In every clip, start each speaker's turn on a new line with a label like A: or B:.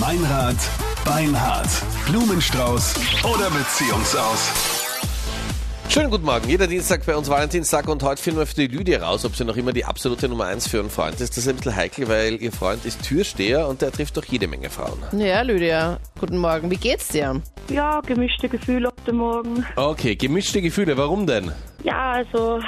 A: Meinrad, Beinhard, Blumenstrauß oder Beziehungsaus.
B: Schönen guten Morgen. Jeder Dienstag bei uns Valentinstag und heute finden wir für die Lydia raus, ob sie noch immer die absolute Nummer 1 für ihren Freund ist. Das ist ein bisschen heikel, weil ihr Freund ist Türsteher und der trifft doch jede Menge Frauen.
C: Ja, Lydia, guten Morgen. Wie geht's dir?
D: Ja, gemischte Gefühle heute Morgen.
B: Okay, gemischte Gefühle. Warum denn?
D: Ja, also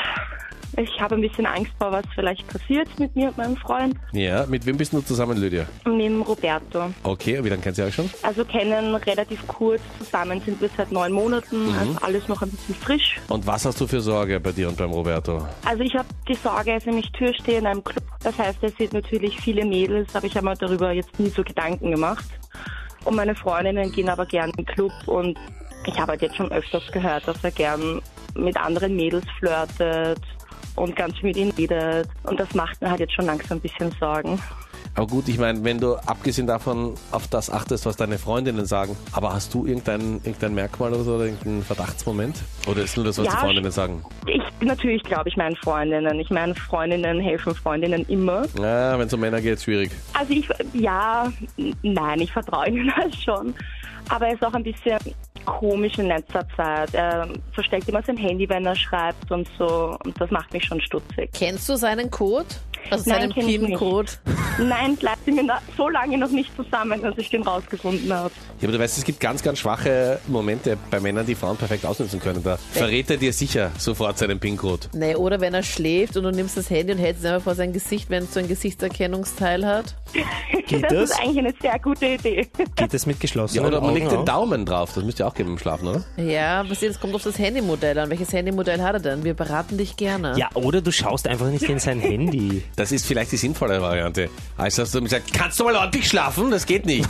D: ich habe ein bisschen Angst vor, was vielleicht passiert mit mir und meinem Freund,
B: Ja, mit wem bist du zusammen, Lydia?
D: mit dem Roberto.
B: Okay, wie lange kennt ihr euch schon?
D: Also kennen relativ kurz, zusammen sind wir seit neun Monaten, also alles noch ein bisschen frisch.
B: Und was hast du für Sorge bei dir und beim Roberto?
D: Also ich habe die Sorge, er ist nämlich Türsteher in einem Club. Das heißt, er sieht natürlich viele Mädels, aber ich habe mir darüber jetzt nie so Gedanken gemacht. Und meine Freundinnen gehen aber gern in den Club und ich habe halt jetzt schon öfters gehört, dass er gern mit anderen Mädels flirtet und ganz viel mit ihnen redet. Und das macht mir halt jetzt schon langsam ein bisschen Sorgen.
B: Aber gut, ich meine, wenn du abgesehen davon auf das achtest, was deine Freundinnen sagen, aber hast du irgendein, irgendein Merkmal oder so, oder irgendeinen Verdachtsmoment? Oder ist nur das, was
D: Ja,
B: die Freundinnen sagen?
D: Ich natürlich glaube ich meinen Freundinnen. Ich meine, Freundinnen helfen Freundinnen immer.
B: Na, wenn es um Männer geht, schwierig.
D: Also ich, ja, n- nein, ich vertraue ihm das schon. Aber er ist auch ein bisschen komisch in letzter Zeit. Er versteckt immer sein Handy, wenn er schreibt und so. Und das macht mich schon stutzig.
C: Kennst du seinen Code? Also
D: Nein,
C: seinen
D: kenn ich nicht.
C: PIN-Code?
D: Nein, bleibt mir da so lange noch nicht zusammen, dass ich den rausgefunden habe.
B: Ja, aber du weißt, es gibt ganz, ganz schwache Momente bei Männern, die Frauen perfekt ausnutzen können. Da verrät er dir sicher sofort seinen PIN-Code.
C: Nee, oder wenn er schläft und du nimmst das Handy und hältst es einfach vor sein Gesicht, wenn es so ein Gesichtserkennungsteil hat.
E: Geht
D: das,
E: das?
D: ist eigentlich eine sehr gute Idee.
E: Geht das mit geschlossenen
B: Ja, oder man
E: Augen
B: legt den
E: auf?
B: Daumen drauf. Das müsst ihr auch geben im Schlafen, oder?
C: Ja, was jetzt kommt auf das Handymodell an. Welches Handymodell hat er denn? Wir beraten dich gerne.
E: Ja, oder du schaust einfach nicht in sein Handy.
B: Das ist vielleicht die sinnvolle Variante. Als dass du ihm sagst, kannst du mal ordentlich schlafen? Das geht nicht.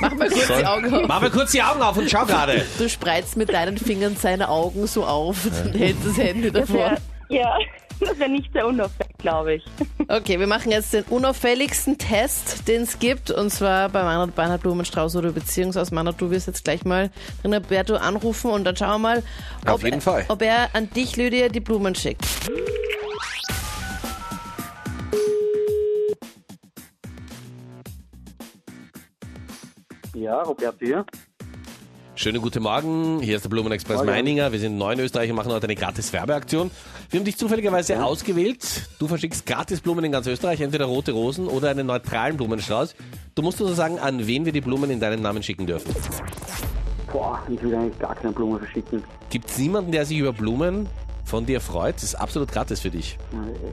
C: Mach mal kurz die Augen auf.
B: Mach mal kurz die Augen auf und schau gerade.
C: Du spreizt mit deinen Fingern seine Augen so auf und hältst das Handy davor.
D: Ja, ja, das wäre nicht sehr unauffällig, glaube ich.
C: Okay, wir machen jetzt den unauffälligsten Test, den es gibt. Und zwar bei Meinrad Bernhard Blumenstrauß oder beziehungsweise Meinrad, du wirst jetzt gleich mal den Roberto anrufen und dann schauen wir mal, ob,
B: Auf jeden
C: er,
B: Fall.
C: ob er an dich, Lydia, die Blumen schickt.
F: Ja, Robert hier.
B: Schönen guten Morgen. Hier ist der Blumenexpress Meininger. Wir sind neu in Österreich und machen heute eine gratis Werbeaktion. Wir haben dich zufälligerweise ausgewählt. Du verschickst gratis Blumen in ganz Österreich, entweder rote Rosen oder einen neutralen Blumenstrauß. Du musst uns also sagen, an wen wir die Blumen in deinem Namen schicken dürfen.
F: Boah, ich will eigentlich gar keine Blume verschicken.
B: Gibt es niemanden, der sich über Blumen von dir freut? Das ist absolut gratis für dich.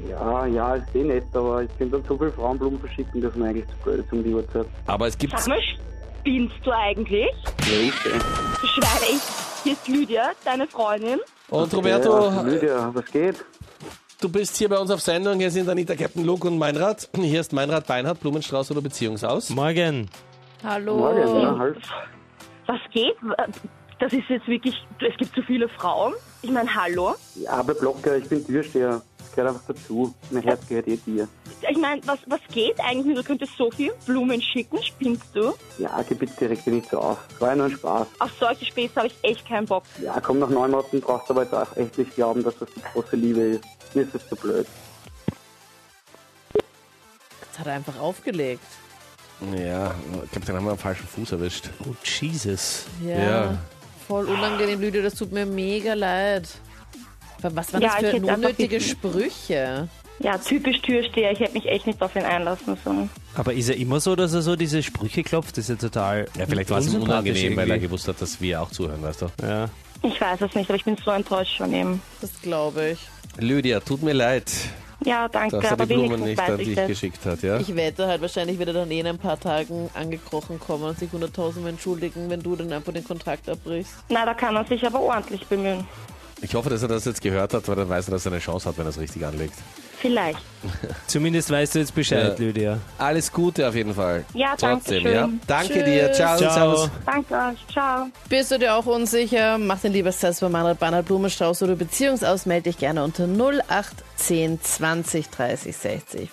F: Ja, ja, ist eh nett, aber ich finde dann so viel Frauenblumen verschicken, dass man eigentlich zu blöd ist um die Uhrzeit.
B: Aber es gibt
D: Sag mal, spinnst du eigentlich?
F: eh.
D: Schweine ich. Hier ist Lydia, deine Freundin.
B: Und Roberto,
F: Ja, Lydia, was geht?
B: du bist hier bei uns auf Sendung. Hier sind Anita, Captain Luke und Meinrad. Hier ist Meinrad Beinhardt, Blumenstrauß oder Beziehungsaus.
E: Morgen.
C: Hallo.
F: Morgen, ja, halt.
D: Was geht? äh, Das ist jetzt wirklich, es gibt zu viele Frauen. Ich meine, hallo?
F: Ja, aber Blocker, ich bin Türsteher. Das gehört einfach dazu. Mein Herz gehört eh dir.
D: Ich meine, was, was geht eigentlich? Du könntest so viel Blumen schicken, spinnst du?
F: Ja, geh bitte direkt nicht so auf. War ja nur ein Spaß.
D: Auf solche Späße habe ich echt keinen Bock.
F: Ja, komm, nach neun Monaten brauchst du aber jetzt auch echt nicht glauben, dass das die große Liebe ist. Mir ist das zu blöd.
C: Jetzt hat er einfach aufgelegt.
B: Ja, ich glaube, den haben wir am falschen Fuß erwischt.
E: Oh, Jesus.
C: Ja.
B: Ja.
C: Voll unangenehm, Lydia, das tut mir mega leid. Aber Was waren
D: Ja, ich
C: das
D: hätte
C: für
D: einfach
C: unnötige
D: die-
C: Sprüche?
D: Ja, typisch Türsteher. Ich hätte mich echt nicht auf ihn einlassen sollen.
E: Aber ist er immer so, dass er so diese Sprüche klopft? Das ist ja total.
B: Ja, vielleicht war es ihm
E: unsympathisch
B: unangenehm, weil er
E: irgendwie.
B: gewusst hat, dass wir auch zuhören, weißt du.
E: Ja.
D: Ich weiß es nicht, aber ich bin so enttäuscht von ihm.
C: Das glaube ich.
B: Lydia, tut mir leid,
D: Ja, danke,
B: dass er die
D: aber
B: Blumen
D: wenigstens
B: nicht an
D: weiß ich
B: dich
D: das.
B: geschickt hat, ja?
C: Ich wette halt, wahrscheinlich wird er dann eh in ein paar Tagen angekrochen kommen und sich 100.000 entschuldigen, wenn du dann einfach den Kontrakt abbrichst.
D: Na, da kann er sich aber ordentlich bemühen.
B: Ich hoffe, dass er das jetzt gehört hat, weil dann weiß er, dass er eine Chance hat, wenn er es richtig anlegt.
D: Vielleicht.
E: Zumindest weißt du jetzt Bescheid,
B: Ja.
E: Lydia.
B: Alles Gute auf jeden Fall.
D: Ja, danke
B: Trotzdem,
D: schön.
B: ja. Danke dir. Ciao,
E: Ciao.
B: servus.
D: Danke euch. Ciao.
C: Bist du dir auch unsicher? Mach den Liebestest bei Meinrad Bernhard Blumenstrauß oder Beziehungsaus. Melde dich gerne unter 0810 20 30 60.